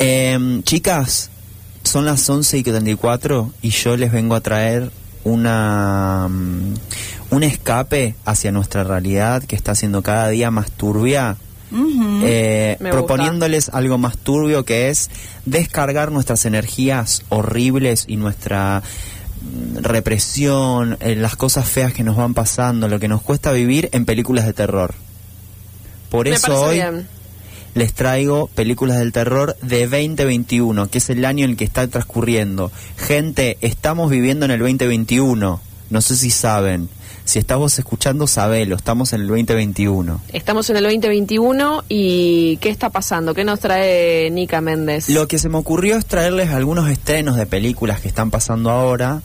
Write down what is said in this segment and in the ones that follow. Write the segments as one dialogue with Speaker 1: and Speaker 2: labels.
Speaker 1: Em, chicas, son las 11 y 34 y yo les vengo a traer una mm, un escape hacia nuestra realidad que está siendo cada día más turbia. Eh,
Speaker 2: Me gusta.
Speaker 1: proponiéndoles algo más turbio que es descargar nuestras energías horribles y nuestra mm, represión, eh, las cosas feas que nos van pasando, lo que nos cuesta vivir en películas de terror. Por
Speaker 2: Me
Speaker 1: eso
Speaker 2: parece
Speaker 1: hoy
Speaker 2: bien.
Speaker 1: les traigo películas del terror de 2021, que es el año en el que está transcurriendo. Gente, estamos viviendo en el 2021. No sé si saben. Si estás vos escuchando, sabelo. Estamos en el 2021.
Speaker 2: Estamos en el 2021 y ¿qué está pasando? ¿Qué nos trae Nica Méndez?
Speaker 1: Lo que se me ocurrió es traerles algunos estrenos de películas que están pasando ahora.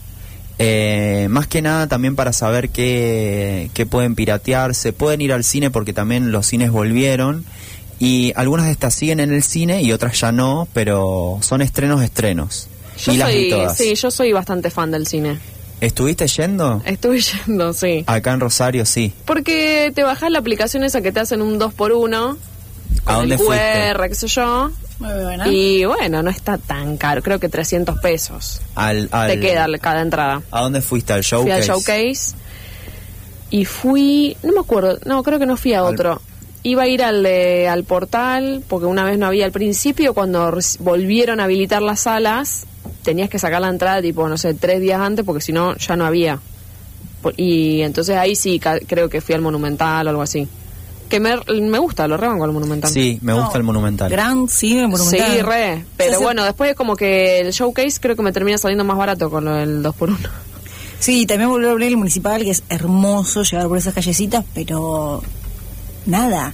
Speaker 1: Eh, más que nada también para saber qué, qué pueden piratearse. Pueden ir al cine porque también los cines volvieron. Y algunas de estas siguen en el cine y otras ya no, pero son estrenos, estrenos.
Speaker 2: Yo
Speaker 1: y las vi
Speaker 2: soy,
Speaker 1: todas.
Speaker 2: sí, yo soy bastante fan del cine.
Speaker 1: ¿Estuviste yendo?
Speaker 2: Estuve yendo, sí.
Speaker 1: Acá en Rosario, sí.
Speaker 2: Porque te bajas la aplicación esa que te hacen un 2x1
Speaker 1: ¿A
Speaker 2: con
Speaker 1: dónde
Speaker 2: el
Speaker 1: fuiste?
Speaker 2: QR, qué sé yo.
Speaker 3: Muy buena.
Speaker 2: Y bueno, no está tan caro, creo que 300 pesos
Speaker 1: Al, al-
Speaker 2: te queda la- cada entrada.
Speaker 1: ¿A dónde fuiste? ¿Al
Speaker 2: Fui
Speaker 1: showcase?
Speaker 2: al showcase y fui, no me acuerdo, no, creo que no fui a
Speaker 1: Al-
Speaker 2: otro. Iba a ir al, de- al portal, porque una vez no había al principio, cuando reci- volvieron a habilitar las salas, tenías que sacar la entrada tipo, no sé, tres días antes, porque si no, ya no había. Por- Y entonces ahí sí, ca- creo que fui al Monumental o algo así. Que me, me gusta, lo rebanco al Monumental.
Speaker 1: Sí, me gusta
Speaker 3: No,
Speaker 1: el Monumental.
Speaker 3: Gran cine monumental.
Speaker 2: Sí, re. Pero
Speaker 3: Se hace-
Speaker 2: bueno, después es como que el showcase creo que me termina saliendo más barato con lo del 2x1.
Speaker 3: Sí, también volvió a abrir el municipal, que es hermoso llegar por esas callecitas, pero nada.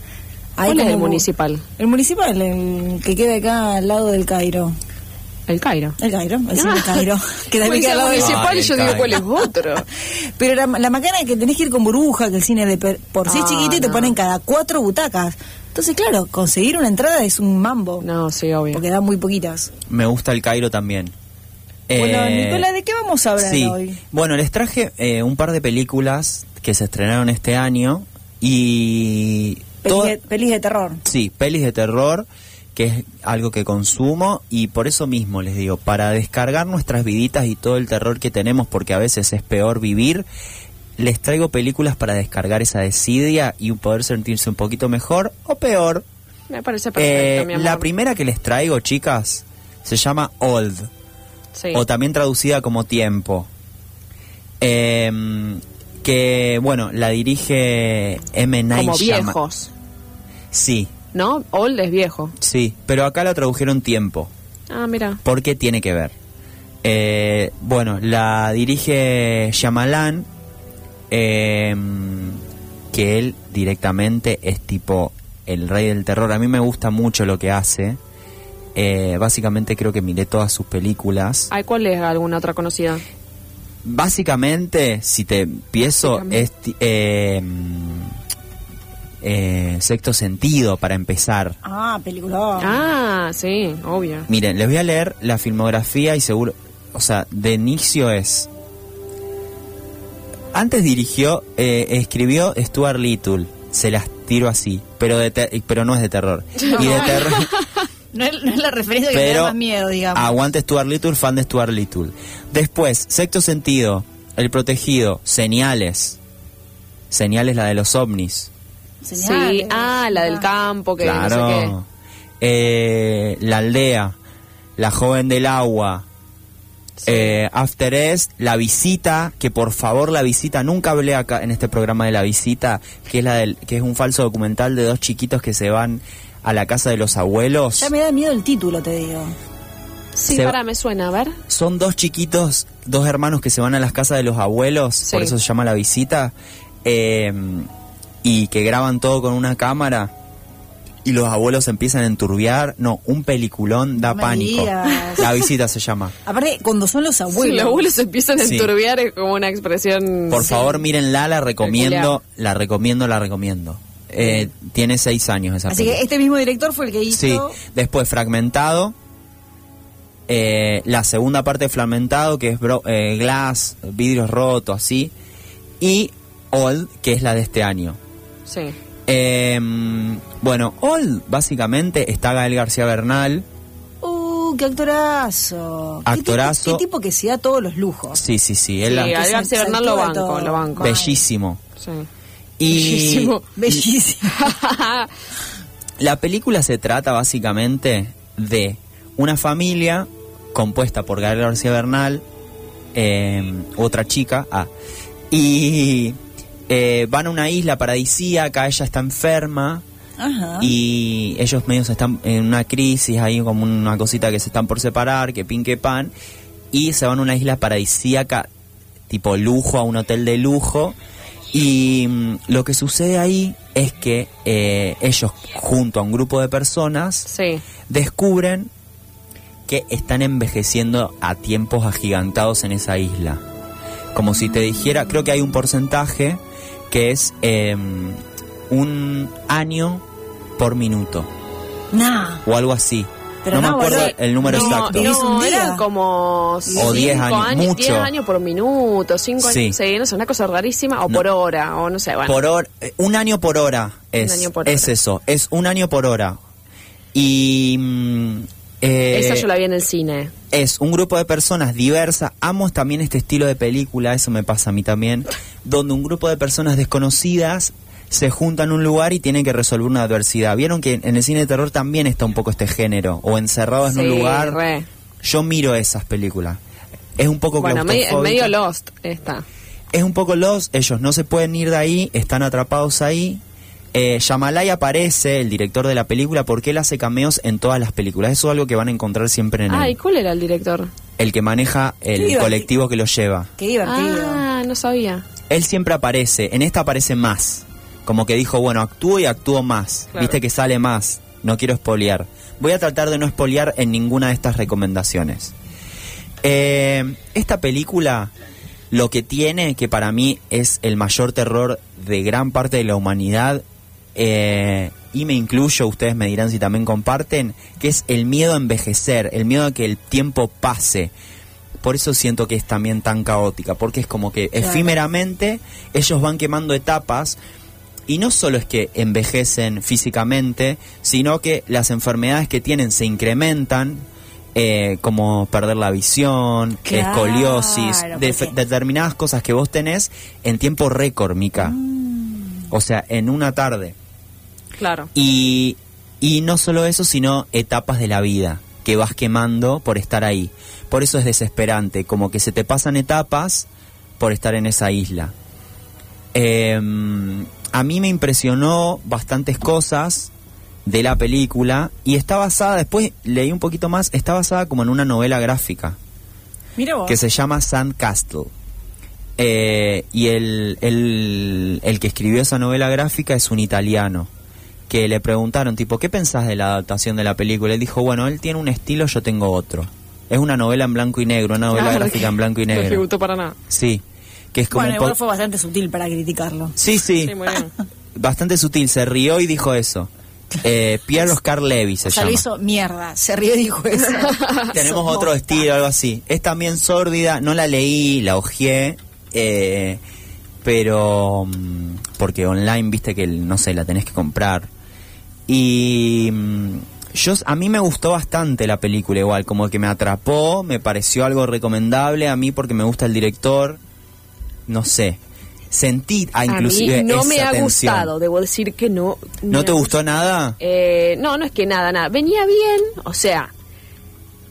Speaker 3: Hay
Speaker 2: ¿Cuál es
Speaker 3: como-
Speaker 2: el municipal?
Speaker 3: El municipal, el que queda acá al lado del Cairo.
Speaker 2: El Cairo.
Speaker 3: El Cairo, el cine del Cairo. Que
Speaker 2: Pues
Speaker 3: también
Speaker 2: el
Speaker 3: queda al lado del
Speaker 2: municipal
Speaker 1: Ay,
Speaker 2: y yo
Speaker 1: el
Speaker 2: digo
Speaker 1: Cairo.
Speaker 2: cuál es otro.
Speaker 3: Pero la, la macana es que tenés que ir con burbuja, que el cine de per- por sí es
Speaker 2: Ah,
Speaker 3: chiquito y te
Speaker 2: no.
Speaker 3: ponen cada cuatro butacas. Entonces, claro, conseguir una entrada es un mambo,
Speaker 2: No, sí, obvio.
Speaker 3: porque dan muy poquitas.
Speaker 1: Me gusta el Cairo también.
Speaker 3: Bueno,
Speaker 1: Eh,
Speaker 3: Nicola, ¿de qué vamos a hablar
Speaker 1: sí.
Speaker 3: hoy?
Speaker 1: Bueno, les traje eh, un par de películas que se estrenaron este año y...
Speaker 3: Pelis,
Speaker 1: toda-
Speaker 3: de, pelis de terror.
Speaker 1: Sí, pelis de terror, que es algo que consumo y por eso mismo les digo, para descargar nuestras viditas y todo el terror que tenemos, porque a veces es peor vivir, les traigo películas para descargar esa desidia y poder sentirse un poquito mejor o peor.
Speaker 2: Me parece perfecto,
Speaker 1: Eh,
Speaker 2: mi amor.
Speaker 1: la primera que les traigo, chicas, se llama Old
Speaker 2: Sí.
Speaker 1: o también traducida como tiempo. Eh, que bueno, la dirige M. Night
Speaker 2: Como
Speaker 1: Shyama-
Speaker 2: viejos,
Speaker 1: Sí,
Speaker 2: ¿no? Old es viejo.
Speaker 1: sí, pero acá la tradujeron tiempo.
Speaker 2: Ah, mira.
Speaker 1: ¿Por qué tiene que ver? Eh, bueno, la dirige Shyamalan, eh, que él directamente es tipo el rey del terror. A mí me gusta mucho lo que hace. Eh, básicamente creo que miré todas sus películas.
Speaker 2: Ay, ¿cuál es alguna otra conocida?
Speaker 1: Básicamente, si te empiezo,
Speaker 2: Básicamente.
Speaker 1: es ti- eh, eh, sexto sentido para empezar.
Speaker 3: Ah, película.
Speaker 2: Ah, sí, obvio.
Speaker 1: Miren, les voy a leer la filmografía y seguro, o sea, de inicio es. Antes dirigió, eh, escribió Stuart Little, se las tiro así, pero de ter- pero no es de terror. Y de terror,
Speaker 3: No, es, no es la referencia que me da
Speaker 1: pero
Speaker 3: más miedo, digamos.
Speaker 1: aguante Stuart Little, fan de Stuart Little. Después, sexto sentido, El protegido, Señales, Señales la de los ovnis.
Speaker 3: Señales.
Speaker 2: Sí, ah, la del campo, que no sé qué.
Speaker 1: claro. Eh, la aldea, la joven del agua. Eh, After es la visita, que por favor la visita, nunca hablé acá en este programa de la visita, que es la del, que es un falso documental de dos chiquitos que se van a la casa de los abuelos.
Speaker 3: Ya me da miedo el título, te digo.
Speaker 2: Sí,
Speaker 1: Se-
Speaker 2: para, me suena, a ver.
Speaker 1: Son dos chiquitos, dos hermanos que se van a las casas de los abuelos,
Speaker 2: Sí.
Speaker 1: por eso se llama la visita, eh, y que graban todo con una cámara y los abuelos se empiezan a enturbiar. No, un peliculón da
Speaker 3: No me
Speaker 1: pánico.
Speaker 3: digas.
Speaker 1: La visita se llama.
Speaker 3: Aparte, cuando son los
Speaker 2: Sí, los
Speaker 3: abuelos.
Speaker 2: abuelos se empiezan a
Speaker 1: Sí.
Speaker 2: enturbiar, es como una expresión.
Speaker 1: Por
Speaker 2: Sí.
Speaker 1: favor, mírenla, la recomiendo,
Speaker 2: Calculá.
Speaker 1: la recomiendo, la recomiendo. Eh, tiene seis años esa
Speaker 3: Así
Speaker 1: peli.
Speaker 3: que este mismo director fue el que hizo.
Speaker 1: Sí, después fragmentado. eh, la segunda parte de fragmentado, que es bro- eh, glass, vidrios rotos, así. Y Old, que es la de este año.
Speaker 2: Sí.
Speaker 1: Em, bueno, Old básicamente está Gael García Bernal,
Speaker 3: ¡Uh, qué actorazo! ¿Qué tipo-
Speaker 1: Actorazo.
Speaker 3: Qué, tipo que se da todos los lujos.
Speaker 1: Sí, sí, sí. Él
Speaker 2: Sí,
Speaker 3: que
Speaker 2: a
Speaker 3: se-
Speaker 2: García
Speaker 3: se
Speaker 2: Bernal lo
Speaker 3: actúa
Speaker 2: banco,
Speaker 3: todo.
Speaker 2: lo banco.
Speaker 1: bellísimo.
Speaker 2: Sí.
Speaker 1: Y
Speaker 2: Bellísimo.
Speaker 3: Bellísimo.
Speaker 1: la película se trata básicamente de una familia compuesta por Gabriel García Bernal, eh, otra chica, ah, y eh, van a una isla paradisíaca, ella está enferma,
Speaker 3: Ajá.
Speaker 1: y ellos medios están en una crisis, hay como una cosita que se están por separar, que pin que pan, y se van a una isla paradisíaca, tipo lujo, a un hotel de lujo, y mm, lo que sucede ahí es que eh, ellos, junto a un grupo de personas,
Speaker 2: Sí.
Speaker 1: descubren que están envejeciendo a tiempos agigantados en esa isla. Como si te dijera, creo que hay un porcentaje que es eh, un año por minuto
Speaker 3: Nah.
Speaker 1: o algo así.
Speaker 3: Pero
Speaker 1: no me
Speaker 3: no,
Speaker 1: acuerdo
Speaker 3: boludo.
Speaker 1: el número
Speaker 3: No,
Speaker 1: exacto.
Speaker 3: Es un
Speaker 2: No,
Speaker 3: día.
Speaker 2: eran como cinco
Speaker 1: 10 años, mucho.
Speaker 2: 10 años por minuto, 5
Speaker 1: Sí.
Speaker 2: años, sí, no sé, una cosa rarísima, o
Speaker 1: No.
Speaker 2: por hora, o no sé, bueno.
Speaker 1: Por hora- eh, un año por hora es,
Speaker 2: año por
Speaker 1: es
Speaker 2: hora.
Speaker 1: eso, es un año por hora. Y mm, eh,
Speaker 2: Esa yo la vi en el cine.
Speaker 1: es un grupo de personas diversas, amo también este estilo de película, eso me pasa a mí también, donde un grupo de personas desconocidas se juntan en un lugar y tienen que resolver una adversidad. Vieron que en el cine de terror también está un poco este género, o encerrados en un
Speaker 2: Sí,
Speaker 1: lugar.
Speaker 2: re.
Speaker 1: Yo miro esas películas. Es un poco
Speaker 2: Bueno, me-
Speaker 1: claustrofóbica.
Speaker 2: medio Lost esta.
Speaker 1: es un poco los, ellos no se pueden ir de ahí, están atrapados ahí. Eh, Yamalay aparece, el director de la película, porque él hace cameos en todas las películas. Eso es algo que van a encontrar siempre en
Speaker 2: Ay,
Speaker 1: él.
Speaker 2: ¿cuál era el director?
Speaker 1: El que maneja
Speaker 3: Sí,
Speaker 1: el
Speaker 3: iba-
Speaker 1: colectivo que lo lleva.
Speaker 3: Qué divertido.
Speaker 2: Ah, no sabía.
Speaker 1: Él siempre aparece, en esta aparece más. Como que dijo, bueno, actúo y actúo más.
Speaker 2: Claro.
Speaker 1: Viste que sale más, no quiero espolear. Voy a tratar de no espolear en ninguna de estas recomendaciones. Eh, esta película lo que tiene, que para mí es el mayor terror de gran parte de la humanidad, eh, y me incluyo, ustedes me dirán si también comparten, que es el miedo a envejecer, el miedo a que el tiempo pase. Por eso siento que es también tan caótica, porque es como que
Speaker 3: Claro.
Speaker 1: efímeramente ellos van quemando etapas y no solo es que envejecen físicamente, sino que las enfermedades que tienen se incrementan, eh, como perder la visión,
Speaker 3: Claro,
Speaker 1: escoliosis, de-
Speaker 3: porque-
Speaker 1: determinadas cosas que vos tenés en tiempo récord, Mica.
Speaker 3: Mm.
Speaker 1: O sea, en una tarde.
Speaker 2: Claro.
Speaker 1: Y, y no solo eso, sino etapas de la vida que vas quemando por estar ahí. Por eso es desesperante, como que se te pasan etapas por estar en esa isla. Em, a mí me impresionó bastantes cosas de la película y está basada, después leí un poquito más, está basada como en una novela gráfica
Speaker 3: Mira vos.
Speaker 1: que se llama Sandcastle. Eh, y el, el, el que escribió esa novela gráfica es un italiano, que le preguntaron, tipo, ¿qué pensás de la adaptación de la película? Él dijo, bueno, él tiene un estilo, yo tengo otro. Es una novela en blanco y negro, una
Speaker 3: Ah,
Speaker 1: novela
Speaker 2: Claro,
Speaker 1: gráfica
Speaker 2: que
Speaker 1: en blanco y
Speaker 2: No le
Speaker 1: negro.
Speaker 2: gustó para nada.
Speaker 1: Sí, que es como
Speaker 3: bueno,
Speaker 1: un po-
Speaker 3: igual fue bastante sutil para criticarlo.
Speaker 1: Sí, sí, Ah,
Speaker 2: Sí, muy bien.
Speaker 1: bastante sutil, se rió y dijo eso. Eh, Pierre Oscar Levy se
Speaker 3: O sea,
Speaker 1: llama.
Speaker 3: lo hizo mierda. Se rió y dijo eso.
Speaker 1: Tenemos
Speaker 3: Sos
Speaker 1: otro
Speaker 3: bosta.
Speaker 1: estilo, algo así. Es también sórdida, no la leí, la hojeé, eh, pero mm, porque online, viste que, el- no sé, la tenés que comprar. Y mm, yo, a mí me gustó bastante la película igual, como que me atrapó, me pareció algo recomendable a mí porque me gusta el director, no sé. Sentí, ah,
Speaker 2: A mí
Speaker 1: inclusive,
Speaker 2: no
Speaker 1: esa
Speaker 2: me ha
Speaker 1: tensión.
Speaker 2: gustado, debo decir que no.
Speaker 1: ¿No
Speaker 2: me
Speaker 1: te
Speaker 2: ha
Speaker 1: gustó nada?
Speaker 2: Eh, no, no es que nada, nada. Venía bien, o sea,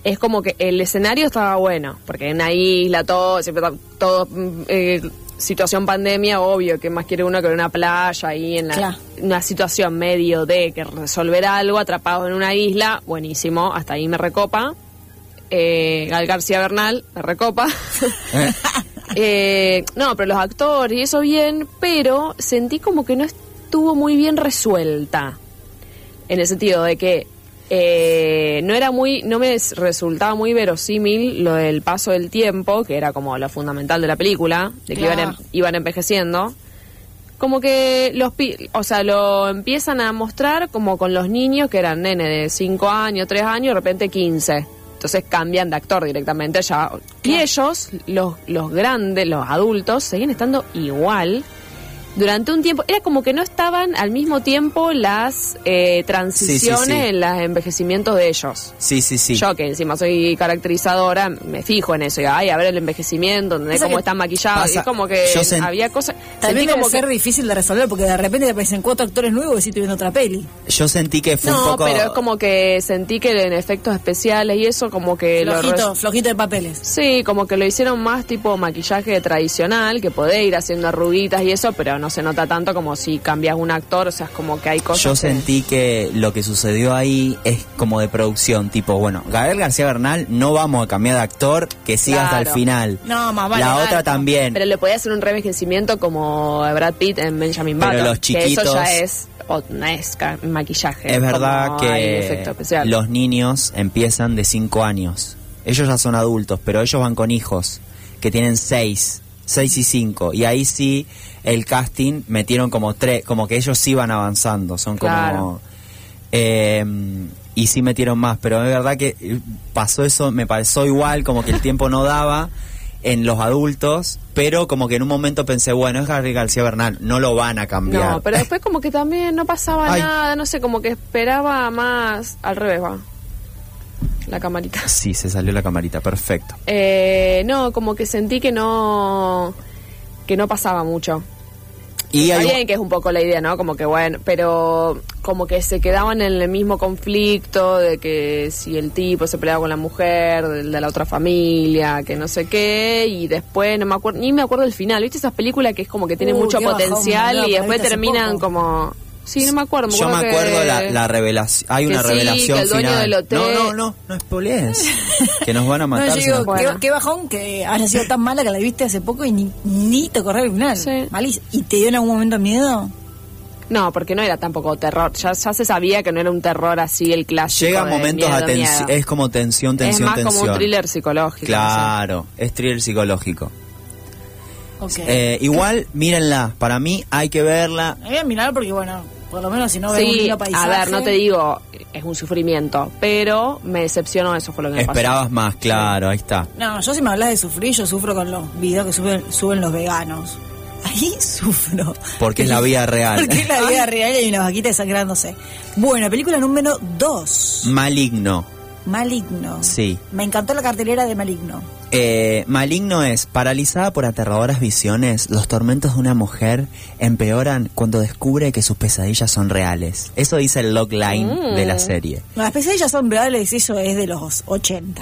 Speaker 2: es como que el escenario estaba bueno, porque en una isla, todo, siempre está- todo, mm, eh, situación pandemia, obvio, que más quiere uno que una playa ahí en la,
Speaker 3: Claro.
Speaker 2: una situación medio de que resolver algo, atrapado en una isla, buenísimo, hasta ahí me recopa. Eh, Gal García Bernal, me recopa.
Speaker 1: ¿Eh?
Speaker 2: Eh, no, pero los actores y eso bien, pero sentí como que no estuvo muy bien resuelta. En el sentido de que eh, no era muy, no me s- resultaba muy verosímil lo del paso del tiempo, que era como lo fundamental de la película, de que iban,
Speaker 3: Claro.
Speaker 2: em- iban envejeciendo. Como que los, pi- o sea, lo empiezan a mostrar como con los niños que eran nene de 5 años, 3 años, de repente 15. Entonces cambian de actor directamente ya. Y ellos, los, los grandes, los adultos, seguían estando igual. durante un tiempo, era como que no estaban al mismo tiempo las eh, transiciones
Speaker 1: Sí, sí, sí.
Speaker 2: en los envejecimientos de ellos.
Speaker 1: Sí, sí, sí.
Speaker 2: Yo, que encima soy caracterizadora, me fijo en eso. Digo, ay, a ver el envejecimiento, ¿entendés?
Speaker 3: Pasa
Speaker 2: cómo
Speaker 3: que
Speaker 2: están maquillados.
Speaker 1: pasa-
Speaker 2: es como que
Speaker 1: yo sen-
Speaker 2: había cosas.
Speaker 3: También
Speaker 2: sentí
Speaker 3: debe
Speaker 2: como que
Speaker 3: ser difícil de resolver porque de repente te aparecen cuatro actores nuevos y sí estoy viendo otra peli.
Speaker 1: Yo sentí que fue
Speaker 2: no,
Speaker 1: un poco...
Speaker 2: pero es como que sentí que en efectos especiales y eso como que lo
Speaker 3: Flojito,
Speaker 2: res-
Speaker 3: flojito de papeles.
Speaker 2: Sí, como que lo hicieron más tipo maquillaje tradicional, que podés ir haciendo arruguitas y eso, pero no se nota tanto como si cambias un actor, o sea, es como que hay cosas
Speaker 1: Yo
Speaker 2: que-
Speaker 1: sentí que lo que sucedió ahí es como de producción, tipo, bueno, Gabriel García Bernal, no vamos a cambiar de actor, que siga hasta
Speaker 2: Claro.
Speaker 1: el final.
Speaker 3: No, más vale,
Speaker 1: La
Speaker 3: vale,
Speaker 1: otra
Speaker 3: no.
Speaker 1: también.
Speaker 2: Pero le podía hacer un revejecimiento como a Brad Pitt en Benjamin
Speaker 1: Pero
Speaker 2: Button.
Speaker 1: los
Speaker 2: Que eso
Speaker 1: chiquitos-
Speaker 2: ya es, o, no es ca- maquillaje.
Speaker 1: Es verdad
Speaker 2: como hay
Speaker 1: que
Speaker 2: efecto especial.
Speaker 1: los niños empiezan de 5 años. Ellos ya son adultos, pero ellos van con hijos que tienen 6, 6 y 5. Y ahí sí el casting metieron como tres, como que ellos sí van avanzando, son como...
Speaker 2: Claro.
Speaker 1: Eh, y sí metieron más, pero es verdad que eh, pasó eso, me pasó igual, como que el tiempo no daba en los adultos, pero como que en un momento pensé, bueno, es Gabriel García Bernal, no lo van a cambiar.
Speaker 2: No, pero después como que también no pasaba
Speaker 1: Ay.
Speaker 2: nada, no sé, como que esperaba más. Al revés, va. La camarita.
Speaker 1: Sí, se salió la camarita, perfecto.
Speaker 2: Eh, no, como que sentí que no que no pasaba mucho.
Speaker 1: Y
Speaker 2: Está
Speaker 1: hay-
Speaker 2: bien que es un poco la idea, ¿no? Como que bueno, pero como que se quedaban en el mismo conflicto de que si el tipo se peleaba con la mujer, del de la otra familia, que no sé qué, y después no me acuerdo, ni me acuerdo el final. ¿Viste esas películas que es como que tienen
Speaker 3: Uh,
Speaker 2: mucho
Speaker 3: qué bajón,
Speaker 2: potencial
Speaker 3: boluda,
Speaker 2: y después
Speaker 3: perdiste hace
Speaker 2: terminan
Speaker 3: poco.
Speaker 2: como... Sí, no me acuerdo.
Speaker 1: Yo me acuerdo
Speaker 2: que-
Speaker 1: la, la revelación. Hay
Speaker 2: que
Speaker 1: una
Speaker 2: sí,
Speaker 1: revelación
Speaker 2: que el dueño
Speaker 1: final.
Speaker 2: del hotel-
Speaker 1: No, no, no, no spoilees. que nos van a matar.
Speaker 3: No, yo
Speaker 1: si
Speaker 3: digo,
Speaker 1: nos-
Speaker 2: Bueno.
Speaker 3: qué, qué bajón que haya sido tan mala que la viste hace poco y ni, ni te corrió el final.
Speaker 2: Sí.
Speaker 3: Malís, ¿Y te dio en algún momento miedo?
Speaker 2: No, porque no era tampoco terror. Ya, ya se sabía que no era un terror así el clásico.
Speaker 1: Llega
Speaker 2: de
Speaker 1: momentos
Speaker 2: miedo,
Speaker 1: a tensi-
Speaker 2: miedo.
Speaker 1: Es como tensión,
Speaker 2: Es
Speaker 1: tensión,
Speaker 2: más
Speaker 1: tensión.
Speaker 2: como un thriller psicológico.
Speaker 1: Claro, es thriller psicológico.
Speaker 3: Ok.
Speaker 1: Eh, igual, mírenla. Para mí hay que verla.
Speaker 3: Me voy a mirar porque, bueno, por lo menos si no
Speaker 2: no
Speaker 3: veo
Speaker 2: sé.
Speaker 3: un
Speaker 2: Sí,
Speaker 3: lindo paisaje...
Speaker 2: a ver, no te digo, es un sufrimiento, pero me decepcionó eso fue lo que me pasó.
Speaker 1: Esperabas más, claro, ahí está.
Speaker 3: No, yo si me hablas de sufrir, yo sufro con los videos que suben, suben los veganos. Ahí sufro.
Speaker 1: Porque es la vida real.
Speaker 3: Porque es la vida real y hay una vaquita desangrándose. Bueno, película número 2.
Speaker 1: Maligno,
Speaker 3: Maligno.
Speaker 1: sí.
Speaker 3: Me encantó la cartelera de Maligno.
Speaker 1: Eh, maligno es, paralizada por aterradoras visiones, los tormentos de una mujer empeoran cuando descubre que sus pesadillas son reales. Eso dice el logline de
Speaker 3: Mm.
Speaker 1: la serie.
Speaker 3: Las pesadillas son reales, eso es de los 80.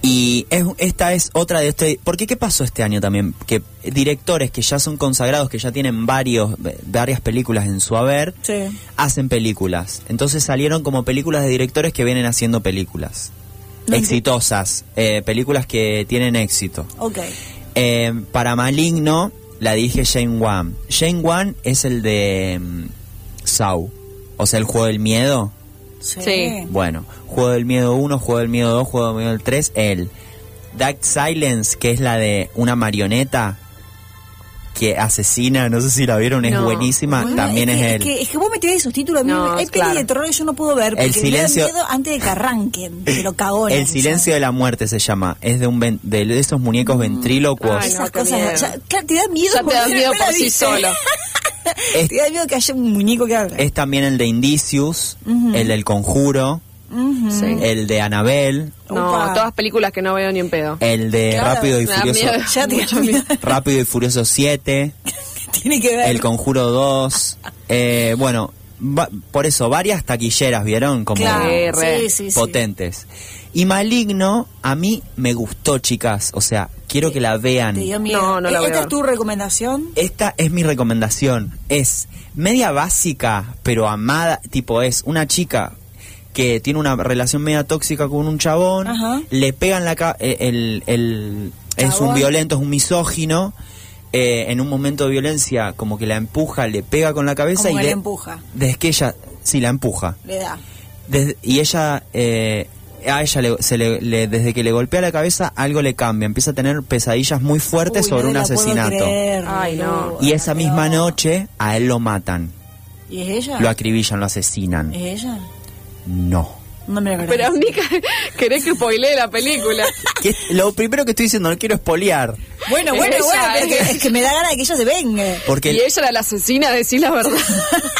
Speaker 1: Y es- esta es otra de este... ¿Por qué qué pasó este año también? Que directores que ya son consagrados, que ya tienen varios, varias películas en su haber,
Speaker 3: Sí.
Speaker 1: hacen películas. Entonces salieron como películas de directores que vienen haciendo películas.
Speaker 3: No enti-
Speaker 1: Exitosas, eh, películas que tienen éxito.
Speaker 3: Ok.
Speaker 1: Eh, para Maligno la dije Jane Wan. Jane Wan es el de Sau. O sea, el juego del miedo.
Speaker 3: Sí.
Speaker 2: Sí.
Speaker 1: Bueno, juego del miedo 1, juego del miedo 2, juego del miedo 3, él. Dark Silence, que es la de una marioneta que asesina, no sé si la vieron, es
Speaker 2: No.
Speaker 1: buenísima,
Speaker 3: Bueno,
Speaker 1: también es,
Speaker 3: que-
Speaker 1: él.
Speaker 3: que, es que vos me tirás esos títulos. a mí
Speaker 2: No,
Speaker 3: me- hay
Speaker 2: claro.
Speaker 3: pelis de terror que yo no puedo ver. Porque
Speaker 1: El silencio-
Speaker 3: me da miedo antes de que arranquen. Pero cagones.
Speaker 1: El silencio de la muerte se llama, es de un ven- de esos muñecos ventrílocuos.
Speaker 2: Ay, no,
Speaker 3: Esas
Speaker 2: qué miedo.
Speaker 3: cosas. ya- claro, te da miedo.
Speaker 2: Ya te da
Speaker 3: porque
Speaker 2: miedo
Speaker 3: no la
Speaker 2: por sí
Speaker 3: viste.
Speaker 2: solo.
Speaker 1: Es-
Speaker 3: te da miedo que haya un muñeco que hable.
Speaker 1: Es también el de Indicius, el del Conjuro,
Speaker 3: Ujú.
Speaker 2: Sí.
Speaker 1: el de Anabel,
Speaker 2: No,
Speaker 3: Opa.
Speaker 2: todas películas que no veo ni en pedo.
Speaker 1: el de
Speaker 3: Claro,
Speaker 1: Rápido y
Speaker 2: me da
Speaker 1: Furioso
Speaker 2: miedo.
Speaker 3: Ya te da miedo.
Speaker 1: Rápido y Furioso 7,
Speaker 3: Tiene que ver.
Speaker 1: El Conjuro 2. eh, bueno, va- por eso, varias taquilleras, ¿vieron? Como
Speaker 3: claro.
Speaker 2: Sí, re.
Speaker 3: Sí, sí, sí.
Speaker 1: potentes. Y Maligno, a mí me gustó, chicas. O sea, quiero que la vean.
Speaker 3: Te dio miedo.
Speaker 2: No, no la
Speaker 3: ¿E-
Speaker 2: voy a
Speaker 3: ¿Esta es
Speaker 2: ver.
Speaker 3: tu recomendación?
Speaker 1: Esta es mi recomendación. Es media básica, pero amada. Tipo, es una chica que tiene una relación media tóxica con un chabón.
Speaker 3: Ajá.
Speaker 1: Le pegan la ca- eh, el, el- es
Speaker 3: Chabón.
Speaker 1: un violento, es un misógino. eh, en un momento de violencia, como que la empuja, le pega con la cabeza
Speaker 3: Como
Speaker 1: y
Speaker 3: que
Speaker 1: le-
Speaker 3: la empuja.
Speaker 1: Desde que ella. Sí, la empuja.
Speaker 3: Le da.
Speaker 1: Desde- y ella. eh, a ella le- se le- le- desde que le golpea la cabeza algo le cambia, empieza a tener pesadillas muy fuertes
Speaker 3: Uy,
Speaker 1: sobre
Speaker 3: no
Speaker 1: un
Speaker 3: la puedo
Speaker 1: asesinato.
Speaker 3: creer,
Speaker 2: Ay, no.
Speaker 3: boluda,
Speaker 1: Y esa misma
Speaker 3: no.
Speaker 1: noche a él lo matan,
Speaker 3: ¿Y es ella?
Speaker 1: lo acribillan, lo asesinan.
Speaker 3: ¿Es ella?
Speaker 1: No.
Speaker 3: No me lo creo.
Speaker 2: Pero Nica, querés que spoilee la película.
Speaker 1: Que es- lo primero que estoy diciendo, no quiero espolear.
Speaker 3: Bueno, bueno,
Speaker 2: Ella,
Speaker 3: bueno, pero
Speaker 2: eh.
Speaker 3: que- es que me da ganas de que ella se vengue.
Speaker 1: Porque
Speaker 2: Y ella era la asesina, decir la verdad.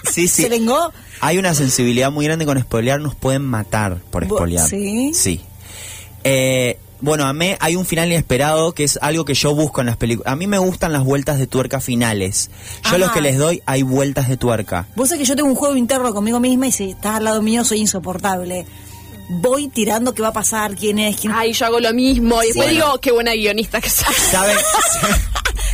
Speaker 1: sí, sí.
Speaker 3: Se vengó.
Speaker 1: Hay una sensibilidad muy grande con espolear, nos pueden matar por
Speaker 3: Bu-
Speaker 1: espolear.
Speaker 3: ¿sí?
Speaker 1: Sí. Eh, bueno, a mí hay un final inesperado que es algo que yo busco en las películas. A mí me gustan las vueltas de tuerca finales. Yo
Speaker 3: Ajá.
Speaker 1: los que les doy hay vueltas de tuerca.
Speaker 3: Vos sabés que yo tengo un juego interno conmigo misma y si estás al lado mío soy insoportable. Voy tirando qué va a pasar, quién es, quién...
Speaker 2: Ay, yo hago lo mismo. Y después
Speaker 1: Bueno.
Speaker 2: digo, qué buena guionista que soy.
Speaker 1: ¿Saben?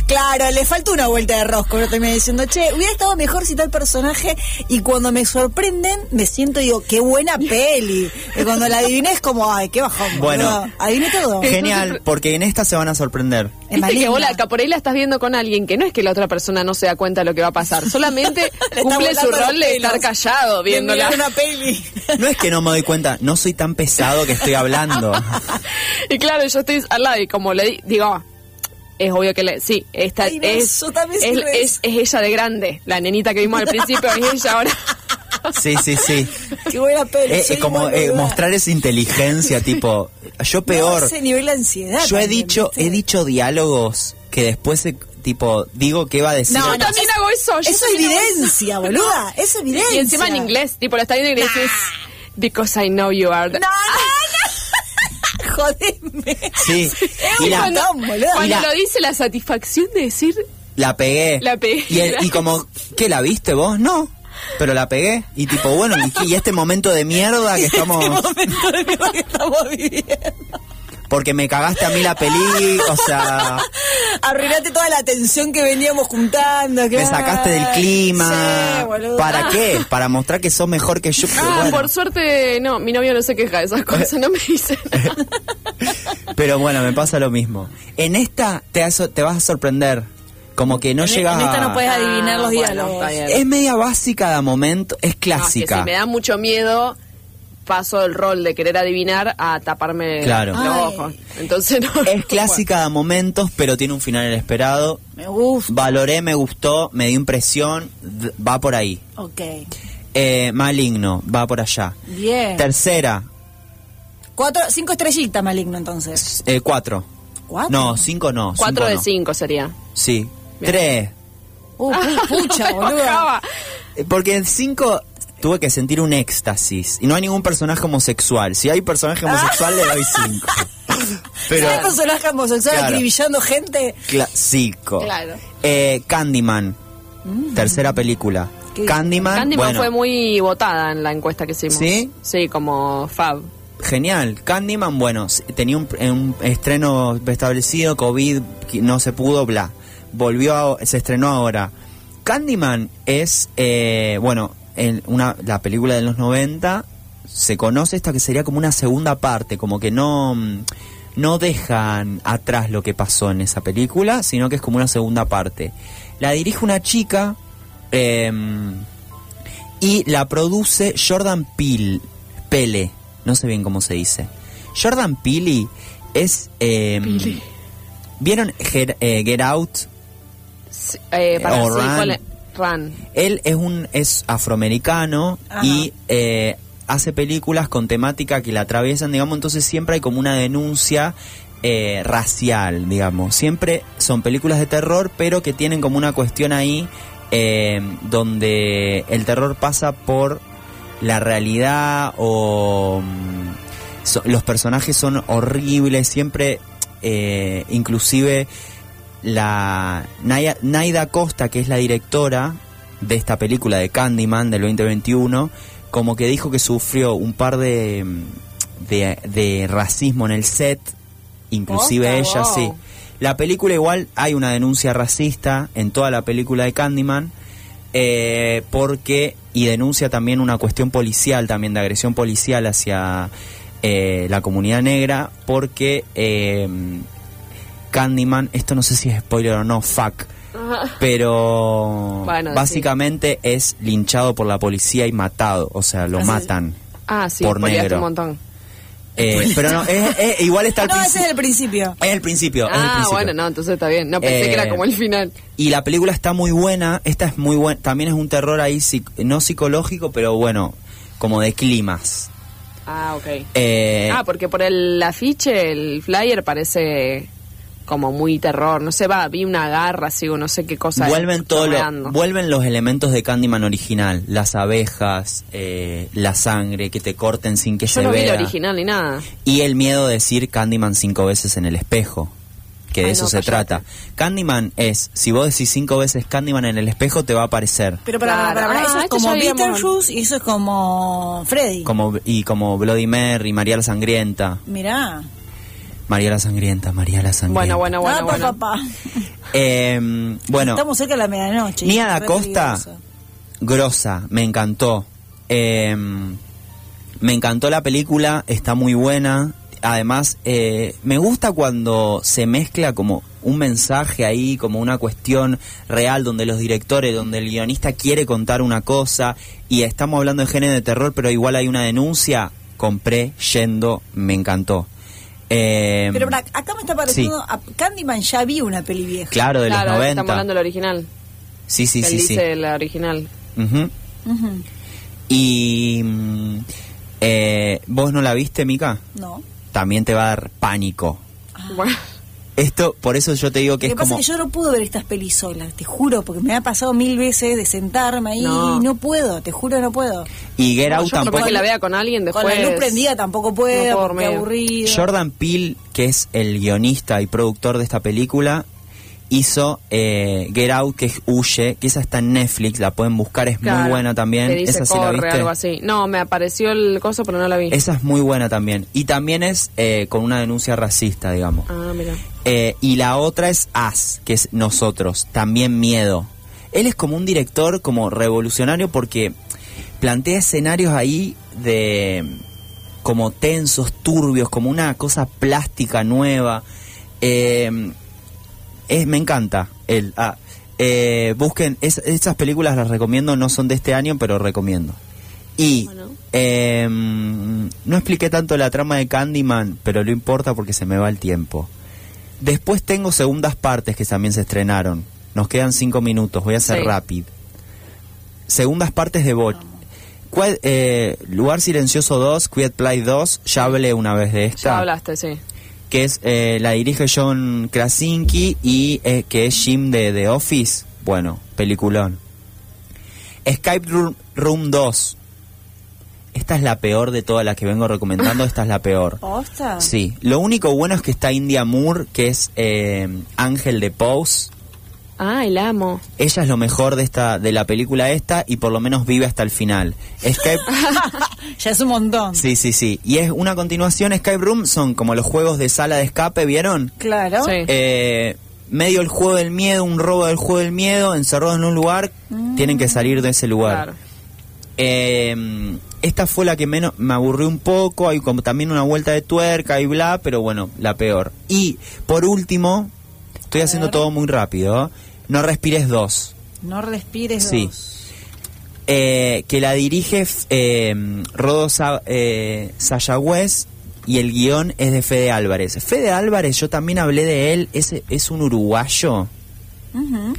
Speaker 3: Claro, le falta una vuelta de rosco, pero terminé diciendo, che, hubiera estado mejor si tal personaje y cuando me sorprenden me siento y digo, qué buena peli. Y cuando la adiviné es como, ay, qué bajón.
Speaker 1: Bueno.
Speaker 3: boludo. adiviné todo.
Speaker 1: Genial, porque en esta se van a sorprender.
Speaker 3: Es
Speaker 2: Viste que
Speaker 3: maligna.
Speaker 2: vos la caporela estás viendo con alguien que no es que la otra persona no se da cuenta de lo que va a pasar, solamente
Speaker 3: Le está
Speaker 2: cumple su
Speaker 3: volando los
Speaker 2: rol de
Speaker 3: pelos.
Speaker 2: estar callado
Speaker 3: De
Speaker 2: viéndola.
Speaker 3: mirar una peli.
Speaker 1: No es que no me doy cuenta, no soy tan pesado que estoy hablando.
Speaker 2: Y claro, yo estoy al lado y como le di- digo, ah, es obvio que le, sí, esta
Speaker 3: Ay, no,
Speaker 2: es,
Speaker 3: yo también
Speaker 2: es,
Speaker 3: sirve
Speaker 2: es- es ella de grande, la nenita que vimos al principio es ella ahora.
Speaker 1: Sí, sí, sí.
Speaker 3: Qué buena peli.
Speaker 1: Eh,
Speaker 3: soy
Speaker 1: eh, como
Speaker 3: igual,
Speaker 1: eh,
Speaker 3: boluda.
Speaker 1: mostrar esa inteligencia, tipo, yo peor.
Speaker 3: No, ese nivel de ansiedad.
Speaker 1: Yo he
Speaker 3: también,
Speaker 1: dicho,
Speaker 3: ¿viste?
Speaker 1: he dicho diálogos que después se- tipo digo qué va a decir.
Speaker 3: No,
Speaker 2: yo
Speaker 3: no,
Speaker 2: también
Speaker 3: eso-
Speaker 2: hago eso. yo
Speaker 3: Eso es
Speaker 2: también hago
Speaker 3: evidencia, boluda. Es evidencia.
Speaker 2: Y encima en inglés, tipo, lo está viendo y le dices, because I know you are. the-".
Speaker 3: No,
Speaker 2: Ah.
Speaker 3: no, no. Jodeme.
Speaker 1: Sí.
Speaker 3: un
Speaker 1: Y la,
Speaker 2: cuando
Speaker 3: montón. no, boludo.
Speaker 2: cuando
Speaker 1: Mira.
Speaker 2: lo dice la satisfacción de decir,
Speaker 1: la pegué.
Speaker 2: La pegué.
Speaker 1: Y, el- y como, ¿qué la viste vos? No. Pero la pegué. Y tipo, bueno, y, qué- y este momento de mierda que estamos.
Speaker 3: momento de mierda que estamos viviendo.
Speaker 1: Porque me cagaste a mí la peli. O sea.
Speaker 3: Arruinaste toda la tensión que veníamos juntando.
Speaker 1: Me sacaste del clima. ¿Para
Speaker 3: qué?
Speaker 1: qué? Para mostrar que sos mejor que yo.
Speaker 2: ah,
Speaker 1: Bueno.
Speaker 2: por suerte, no, mi novio no se queja de esas cosas, no me dice nada.
Speaker 1: Pero bueno, me pasa lo mismo. En esta te, vas a- te vas a sorprender. Como que no
Speaker 3: En- en
Speaker 1: llegas
Speaker 3: esta
Speaker 1: a-
Speaker 3: no puedes adivinar los
Speaker 2: Ah, bueno,
Speaker 3: diálogos.
Speaker 2: está bien.
Speaker 1: Es media básica de momento, es
Speaker 2: No, es que
Speaker 1: clásica.
Speaker 2: si me da mucho miedo, paso del rol de querer adivinar a taparme
Speaker 1: Claro.
Speaker 2: los
Speaker 3: Ay.
Speaker 2: ojos. Entonces no.
Speaker 1: Es clásica de momentos, pero tiene un final inesperado.
Speaker 3: Me gusta.
Speaker 1: Valoré, me gustó, me dio impresión, d- va por ahí.
Speaker 3: Ok.
Speaker 1: Eh, maligno, va por allá.
Speaker 3: Bien.
Speaker 1: Tercera,
Speaker 3: Cuatro, cinco estrellitas maligno entonces.
Speaker 1: eh, cuatro.
Speaker 3: ¿Cuatro?
Speaker 1: No, cinco no.
Speaker 2: Cuatro
Speaker 1: cinco
Speaker 2: de
Speaker 1: no.
Speaker 2: cinco sería.
Speaker 1: Sí. Tres.
Speaker 3: Uh, pu- pucha,
Speaker 2: Me
Speaker 3: boludo.
Speaker 2: bajaba.
Speaker 1: Eh, Porque en cinco tuve que sentir un éxtasis. Y no hay ningún personaje homosexual. Si hay personaje homosexual, le doy cinco. Pero.
Speaker 3: ¿Sabés personaje homosexual
Speaker 1: Claro.
Speaker 3: acribillando gente?
Speaker 1: Clásico.
Speaker 2: Claro.
Speaker 1: Eh, Candyman. Tercera película.
Speaker 3: Qué-
Speaker 1: Candyman.
Speaker 2: Candyman
Speaker 1: bueno,
Speaker 2: fue muy votada en la encuesta que hicimos.
Speaker 1: ¿Sí?
Speaker 2: Sí, como Fab.
Speaker 1: Genial. Candyman, bueno, s- tenía un, un estreno establecido, COVID, que no se pudo, bla. Volvió, a- se estrenó ahora. Candyman es, eh, bueno, en una, la película de los 90, se conoce esta que sería como una segunda parte, como que no, mm, no dejan atrás lo que pasó en esa película, sino que es como una segunda parte. La dirige una chica, em, y la produce Jordan Peele. Pele, no sé bien cómo se dice. Jordan Peele es. eh, ¿Vieron Get, eh, Get Out?
Speaker 2: Sí, eh, para
Speaker 1: O
Speaker 2: sí,
Speaker 1: Run.
Speaker 2: ¿cuál es? Run.
Speaker 1: Él es un es afroamericano
Speaker 3: Ajá.
Speaker 1: y eh, hace películas con temática que la atraviesan, digamos, entonces siempre hay como una denuncia eh, racial, digamos. Siempre son películas de terror, pero que tienen como una cuestión ahí eh, donde el terror pasa por la realidad o mm, so- los personajes son horribles, siempre eh, inclusive la Naya- Naida Costa, que es la directora de esta película de Candyman del 2021, como que dijo que sufrió un par de, mm, de, de racismo en el set, inclusive
Speaker 3: Posta,
Speaker 1: ella,
Speaker 2: wow.
Speaker 1: sí. La película igual hay una denuncia racista en toda la película de Candyman, eh, porque y denuncia también una cuestión policial, también de agresión policial hacia eh, la comunidad negra, porque eh, Candyman, esto no sé si es spoiler o no, fuck, pero
Speaker 2: Bueno, sí.
Speaker 1: básicamente es linchado por la policía y matado, o sea, lo
Speaker 3: Así es.
Speaker 1: matan.
Speaker 2: Ah, sí,
Speaker 1: Por
Speaker 2: spoileaste
Speaker 1: negro.
Speaker 2: un montón.
Speaker 1: Eh, pero no, es- es- igual está al
Speaker 3: No,
Speaker 1: principio.
Speaker 3: ese es el principio.
Speaker 1: Es el principio. es el
Speaker 2: Ah,
Speaker 1: principio.
Speaker 2: bueno, no, entonces está bien. No pensé
Speaker 1: Eh,
Speaker 2: que era como el final.
Speaker 1: Y la película está muy buena. Esta es muy buena. También es un terror ahí, psic- no psicológico, pero bueno, como de climas.
Speaker 2: Ah, ok.
Speaker 1: Eh,
Speaker 2: ah, porque por el afiche, el flyer parece como muy terror. No sé, va, vi una garra, así o no sé qué cosa.
Speaker 1: vuelven, todo lo-
Speaker 2: chorreando.
Speaker 1: vuelven los elementos de Candyman original, las abejas, eh, la sangre, que te corten sin que
Speaker 2: Yo
Speaker 1: se
Speaker 2: no vi el
Speaker 1: vea.
Speaker 2: original ni nada.
Speaker 1: Y el miedo de decir Candyman cinco veces en el espejo. Que de
Speaker 2: Ay,
Speaker 1: eso
Speaker 2: no,
Speaker 1: se
Speaker 2: cállate.
Speaker 1: trata. Candyman es, si vos decís cinco veces Candyman en el espejo, te va a aparecer.
Speaker 3: Pero para,
Speaker 2: Claro.
Speaker 3: para- para-
Speaker 2: Ah,
Speaker 3: eso es
Speaker 2: este
Speaker 3: como
Speaker 2: ya habíamos-
Speaker 3: Beetlejuice y eso es como Freddy.
Speaker 1: Como, y como Bloody Mary, María la Sangrienta.
Speaker 3: Mirá.
Speaker 1: María la Sangrienta, María la Sangrienta.
Speaker 2: Bueno, bueno, bueno,
Speaker 3: ah,
Speaker 2: bueno.
Speaker 3: papá.
Speaker 1: Eh, bueno,
Speaker 3: Estamos cerca de la medianoche.
Speaker 1: Nia da
Speaker 3: Re
Speaker 1: Costa,
Speaker 3: peligroso.
Speaker 1: grosa, me encantó. Eh, me encantó la película, está muy buena. Además, eh, me gusta cuando se mezcla como un mensaje ahí, como una cuestión real, donde los directores, donde el guionista quiere contar una cosa y estamos hablando de género de terror, pero igual hay una denuncia. Compré, yendo, me encantó. Eh,
Speaker 3: Pero pará, acá me está pareciendo.
Speaker 1: Sí.
Speaker 3: a Candyman ya vi una peli vieja.
Speaker 1: claro, de
Speaker 2: claro,
Speaker 1: los
Speaker 2: ahora
Speaker 1: 90.
Speaker 2: estamos hablando del original.
Speaker 1: Sí, sí,
Speaker 2: Él
Speaker 1: sí, sí.
Speaker 2: dice la original.
Speaker 1: Ujú.
Speaker 3: Ujú.
Speaker 1: Y mm, eh, vos no la viste, Mica,
Speaker 3: No.
Speaker 1: también te va a dar pánico.
Speaker 3: Ah.
Speaker 2: Bueno,
Speaker 1: Esto, por eso yo te digo que es
Speaker 3: Lo que pasa
Speaker 1: como...
Speaker 3: es que yo no puedo ver estas pelis solas, te juro, porque me ha pasado mil veces de sentarme ahí
Speaker 2: No.
Speaker 3: y no puedo, te juro, no puedo.
Speaker 1: Y Get
Speaker 2: no,
Speaker 1: Out
Speaker 2: yo por más
Speaker 1: tampoco...
Speaker 2: que la vea con alguien después.
Speaker 3: Con la luz prendida tampoco puedo,
Speaker 2: No puedo
Speaker 3: porque
Speaker 2: dormir.
Speaker 3: aburrido.
Speaker 1: Jordan Peele, que es el guionista y productor de esta película, hizo eh, Get Out, que es Huye, que esa está en Netflix, la pueden buscar, es muy
Speaker 2: Claro,
Speaker 1: buena también.
Speaker 2: que dice
Speaker 1: esa sí la
Speaker 2: corre,
Speaker 1: viste.
Speaker 2: algo así. No, me apareció el coso, pero no la vi.
Speaker 1: Esa es muy buena también. Y también es eh, con una denuncia racista, digamos.
Speaker 2: Ah, mira.
Speaker 1: Eh, y la otra es As, que es nosotros, también miedo. Él es como un director como revolucionario porque plantea escenarios ahí de como tensos, turbios, como una cosa plástica nueva. Eh, es, me encanta él. Ah, eh, busquen, es- esas películas las recomiendo, no son de este año, pero recomiendo. Y
Speaker 2: Bueno.
Speaker 1: em, no expliqué tanto la trama de Candyman, pero no importa porque se me va el tiempo. Después tengo segundas partes que también se estrenaron. Nos quedan cinco minutos, voy a ser
Speaker 2: Sí.
Speaker 1: rápido. Segundas partes de Bot. ¿Cuál, eh, Lugar Silencioso 2, Quiet Play 2, ya hablé una vez de
Speaker 2: Ya
Speaker 1: esta,
Speaker 2: hablaste, sí.
Speaker 1: que es eh, la dirige John Krasinski y eh, que es Jim de The Office. Bueno, peliculón. Skype Room, Room 2. Esta es la peor de todas las que vengo recomendando, esta es la peor.
Speaker 2: Ah.
Speaker 3: ¿Posta?
Speaker 1: Sí, lo único bueno es que está India Moore, que es eh, Ángel de Pose.
Speaker 2: Ah, el amo.
Speaker 1: Ella es lo mejor de esta de la película esta y por lo menos vive hasta el final. Escape
Speaker 2: Ah.
Speaker 3: Ya es un montón.
Speaker 1: Sí, sí, sí. Y es una continuación Escape Room son como los juegos de sala de escape, ¿vieron?
Speaker 3: Claro.
Speaker 2: Sí.
Speaker 1: Eh, medio el juego del miedo, un robo del juego del miedo, encerrados en un lugar, tienen que salir de ese lugar.
Speaker 2: Mm. Claro.
Speaker 1: Eh, esta fue la que menos me aburrió un poco. Hay como también una vuelta de tuerca y bla, pero bueno, la peor. Y por último, estoy haciendo todo muy rápido. ¿eh? No respires dos.
Speaker 3: No respires.
Speaker 1: Sí.
Speaker 3: dos.
Speaker 1: Eh, que la dirige f- eh, Rodo Sa eh, Sayagüez y el guión es de Fede Álvarez. Fede Álvarez, yo también hablé de él, es, es un uruguayo.
Speaker 3: Ujú.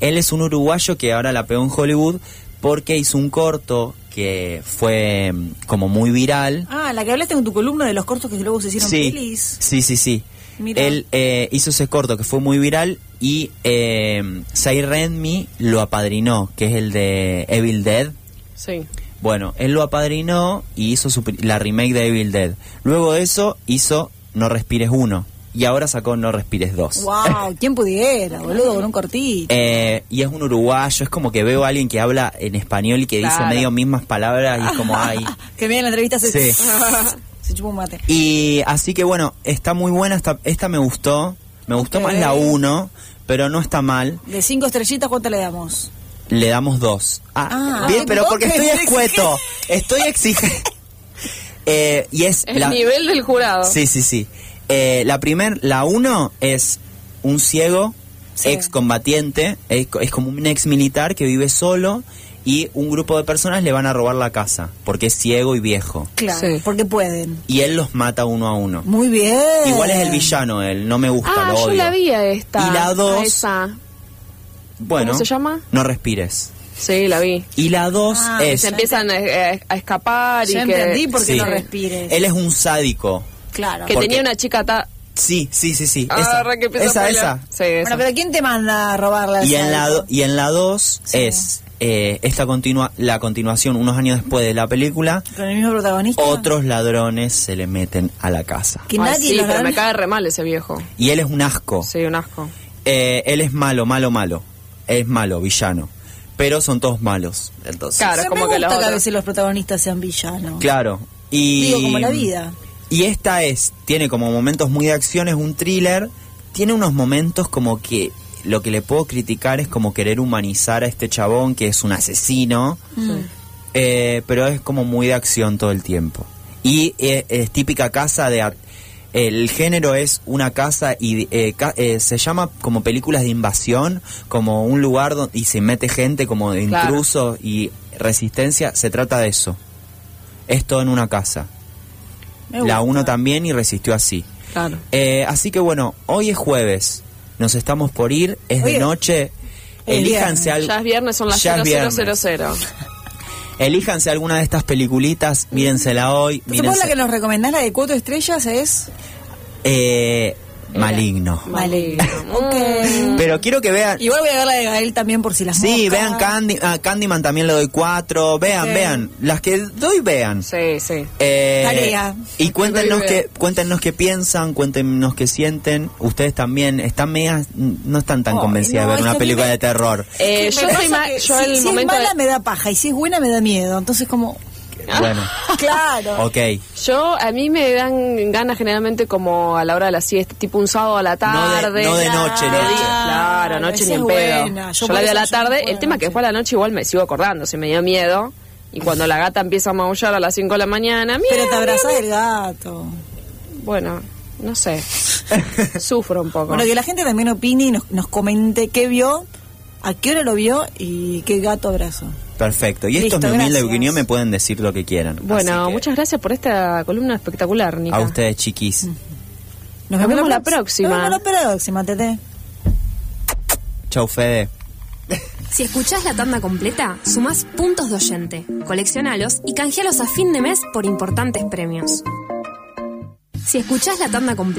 Speaker 1: Él es un uruguayo que ahora la pegó en Hollywood porque hizo un corto que fue mm, como muy viral.
Speaker 3: Ah, la que hablaste en tu columna de los cortos que luego se hicieron
Speaker 1: Sí,
Speaker 3: pelis.
Speaker 1: sí, sí, sí.
Speaker 3: Mirá.
Speaker 1: Él eh, hizo ese corto que fue muy viral y eh, Say Redmi lo apadrinó, que es el de Evil Dead.
Speaker 2: Sí.
Speaker 1: Bueno, él lo apadrinó y hizo su pri- la remake de Evil Dead. Luego de eso hizo No Respires 1 y ahora sacó No Respires 2.
Speaker 3: Wow, ¿quién pudiera, boludo, con un cortito?
Speaker 1: Eh, y es un uruguayo, es como que veo a alguien que habla en español y que dice
Speaker 2: Claro.
Speaker 1: medio mismas palabras y es como ay.
Speaker 3: que me en la entrevista se,
Speaker 1: Sí.
Speaker 3: se chupó un mate.
Speaker 1: Y así que bueno, está muy buena, esta, esta me gustó, me gustó
Speaker 3: Ok.
Speaker 1: más la 1, pero no está mal.
Speaker 3: De cinco estrellitas, ¿cuántas le damos?
Speaker 1: Le damos dos. Ah,
Speaker 3: Ah,
Speaker 1: bien,
Speaker 3: ay,
Speaker 1: pero
Speaker 3: vos
Speaker 1: porque
Speaker 3: que
Speaker 1: estoy
Speaker 3: eres
Speaker 1: escueto, estoy exigente. Eh, y es
Speaker 2: El
Speaker 1: la-
Speaker 2: nivel del jurado.
Speaker 1: Sí, sí, sí. Eh, la primer, la uno es un ciego,
Speaker 3: Sí.
Speaker 1: excombatiente, es, co- es como un ex militar que vive solo y un grupo de personas le van a robar la casa porque es ciego y viejo.
Speaker 3: Claro,
Speaker 2: Sí.
Speaker 3: porque pueden.
Speaker 1: Y él los mata uno a uno.
Speaker 3: Muy bien.
Speaker 1: Igual es el villano, él no me gusta,
Speaker 2: Ah,
Speaker 1: lo
Speaker 2: yo
Speaker 1: odio.
Speaker 2: la vi a esta.
Speaker 1: Y la
Speaker 2: a
Speaker 1: dos-
Speaker 2: esa.
Speaker 1: Bueno,
Speaker 2: ¿Cómo se llama?
Speaker 1: No respires.
Speaker 2: Sí, la vi.
Speaker 1: Y la dos
Speaker 3: Ah,
Speaker 2: Que
Speaker 1: es...
Speaker 2: se empiezan a, a- a escapar y
Speaker 3: Ya
Speaker 2: que,
Speaker 3: entendí por qué
Speaker 1: Sí.
Speaker 3: no respires.
Speaker 1: Él es un sádico.
Speaker 3: Claro.
Speaker 2: que
Speaker 1: ¿Por
Speaker 2: tenía
Speaker 1: qué?
Speaker 2: una chica ta...
Speaker 1: Sí, sí, sí, sí.
Speaker 2: Ah,
Speaker 1: esa,
Speaker 2: re que empieza a
Speaker 1: esa,
Speaker 2: pelear.
Speaker 1: esa.
Speaker 2: Sí, esa.
Speaker 3: Bueno, pero ¿quién te manda a robarla?
Speaker 1: Y en la do- y en la 2
Speaker 3: Sí.
Speaker 1: es eh, esta continua la continuación unos años después de la película,
Speaker 3: Con el mismo protagonista.
Speaker 1: otros ladrones se le meten a la casa.
Speaker 3: Que
Speaker 2: Ay,
Speaker 3: nadie
Speaker 2: sí,
Speaker 3: lo
Speaker 2: pero
Speaker 3: hará.
Speaker 2: me cae re mal ese viejo.
Speaker 1: Y él es un asco.
Speaker 2: Sí, un asco.
Speaker 1: Eh, él es malo, malo, malo. Es malo, villano. Pero son todos malos. Entonces.
Speaker 2: Claro,
Speaker 3: O sea,
Speaker 2: como
Speaker 3: me
Speaker 2: que la
Speaker 3: gusta que a
Speaker 2: otra.
Speaker 3: veces los protagonistas sean villanos.
Speaker 1: Claro. Y,
Speaker 3: Digo, como la vida.
Speaker 1: Y esta es, tiene como momentos muy de acción, es un thriller. Tiene unos momentos como que lo que le puedo criticar es como querer humanizar a este chabón que es un asesino.
Speaker 3: Mm.
Speaker 1: Eh, pero es como muy de acción todo el tiempo. Y eh, es típica casa de... a- El género es una casa y eh, ca- eh, se llama como películas de invasión, como un lugar donde y se mete gente como de
Speaker 2: Claro.
Speaker 1: intrusos y resistencia. Se trata de eso. Es todo en una casa.
Speaker 3: Me
Speaker 1: La
Speaker 3: gusta.
Speaker 1: 1 también y resistió así.
Speaker 2: Claro.
Speaker 1: Eh, así que bueno, hoy es jueves. Nos estamos por ir. Es
Speaker 3: Hoy
Speaker 1: de
Speaker 3: es-
Speaker 1: noche.
Speaker 3: el
Speaker 1: Elíjanse algo.
Speaker 2: Ya es viernes, son las
Speaker 1: Ya es viernes.
Speaker 2: 0000.
Speaker 1: Elíjanse alguna de estas peliculitas, mírensela hoy.
Speaker 3: Entonces, ¿vos
Speaker 1: Mírense,
Speaker 3: la Pues que nos recomendás, la de cuatro estrellas, es?
Speaker 1: eh, maligno.
Speaker 3: Vale.
Speaker 2: Mm.
Speaker 1: Pero quiero que vean.
Speaker 3: Igual voy a ver la de Gael también por si las
Speaker 1: Sí,
Speaker 3: moscas.
Speaker 1: vean Candy, ah, Candyman también le doy cuatro. Vean,
Speaker 3: Ok.
Speaker 1: vean. Las que doy, vean.
Speaker 2: Sí, sí.
Speaker 1: Eh,
Speaker 3: Tarea.
Speaker 1: Y cuéntenos
Speaker 2: Doy,
Speaker 1: qué, cuéntenos qué piensan, cuéntenos qué sienten. Ustedes también están medias, no están tan
Speaker 3: Ay,
Speaker 1: convencidas
Speaker 3: Oh,
Speaker 1: de
Speaker 3: no,
Speaker 1: ver
Speaker 3: es que
Speaker 1: una
Speaker 3: a mí
Speaker 1: película
Speaker 3: me-
Speaker 1: de terror.
Speaker 2: Eh,
Speaker 3: Que
Speaker 2: yo
Speaker 3: me
Speaker 2: soy
Speaker 3: pasa
Speaker 2: ma-
Speaker 3: que
Speaker 2: yo
Speaker 3: si,
Speaker 2: el
Speaker 3: si
Speaker 2: momento
Speaker 3: es mala
Speaker 2: de-
Speaker 3: me da paja y si es buena me da miedo. Entonces como... Ah.
Speaker 1: Bueno,
Speaker 3: Claro.
Speaker 1: ok.
Speaker 2: Yo, a mí me dan ganas generalmente como a la hora de la siesta, tipo un sábado a la tarde.
Speaker 1: No de- no de noche,
Speaker 2: de
Speaker 1: noche.
Speaker 2: día. Claro, noche
Speaker 3: Esa
Speaker 2: ni en
Speaker 3: es
Speaker 2: pedo.
Speaker 3: buena. Yo
Speaker 2: Yo,
Speaker 3: por
Speaker 2: la vi a
Speaker 3: eso
Speaker 2: la
Speaker 3: yo no
Speaker 2: tarde,
Speaker 3: puedo
Speaker 2: el tema
Speaker 3: de
Speaker 2: que
Speaker 3: noche.
Speaker 2: después a la noche igual me sigo acordando, se me dio miedo. Y cuando la gata empieza a maullar a las 5 de la mañana, mira.
Speaker 3: Pero te abrazás del gato.
Speaker 2: Bueno, no sé. Sufro un poco.
Speaker 3: Bueno, que la gente también opine y nos, nos comente qué vio, a qué hora lo vio y qué gato abrazó.
Speaker 1: Perfecto. Y esto
Speaker 3: Listo,
Speaker 1: es mi humilde
Speaker 3: gracias.
Speaker 1: opinión, me pueden decir lo que quieran.
Speaker 2: Bueno,
Speaker 1: Así que,
Speaker 2: muchas gracias por esta columna espectacular, Nica.
Speaker 1: A ustedes, chiquis.
Speaker 3: Mm. Nos,
Speaker 2: vemos la
Speaker 3: prox-
Speaker 2: próxima.
Speaker 3: Nos vemos la próxima, Tete.
Speaker 1: Chau, Fede.
Speaker 4: Si escuchás la tanda completa, sumás puntos de oyente, coleccionalos y canjealos a fin de mes por importantes premios. Si escuchás la tanda completa,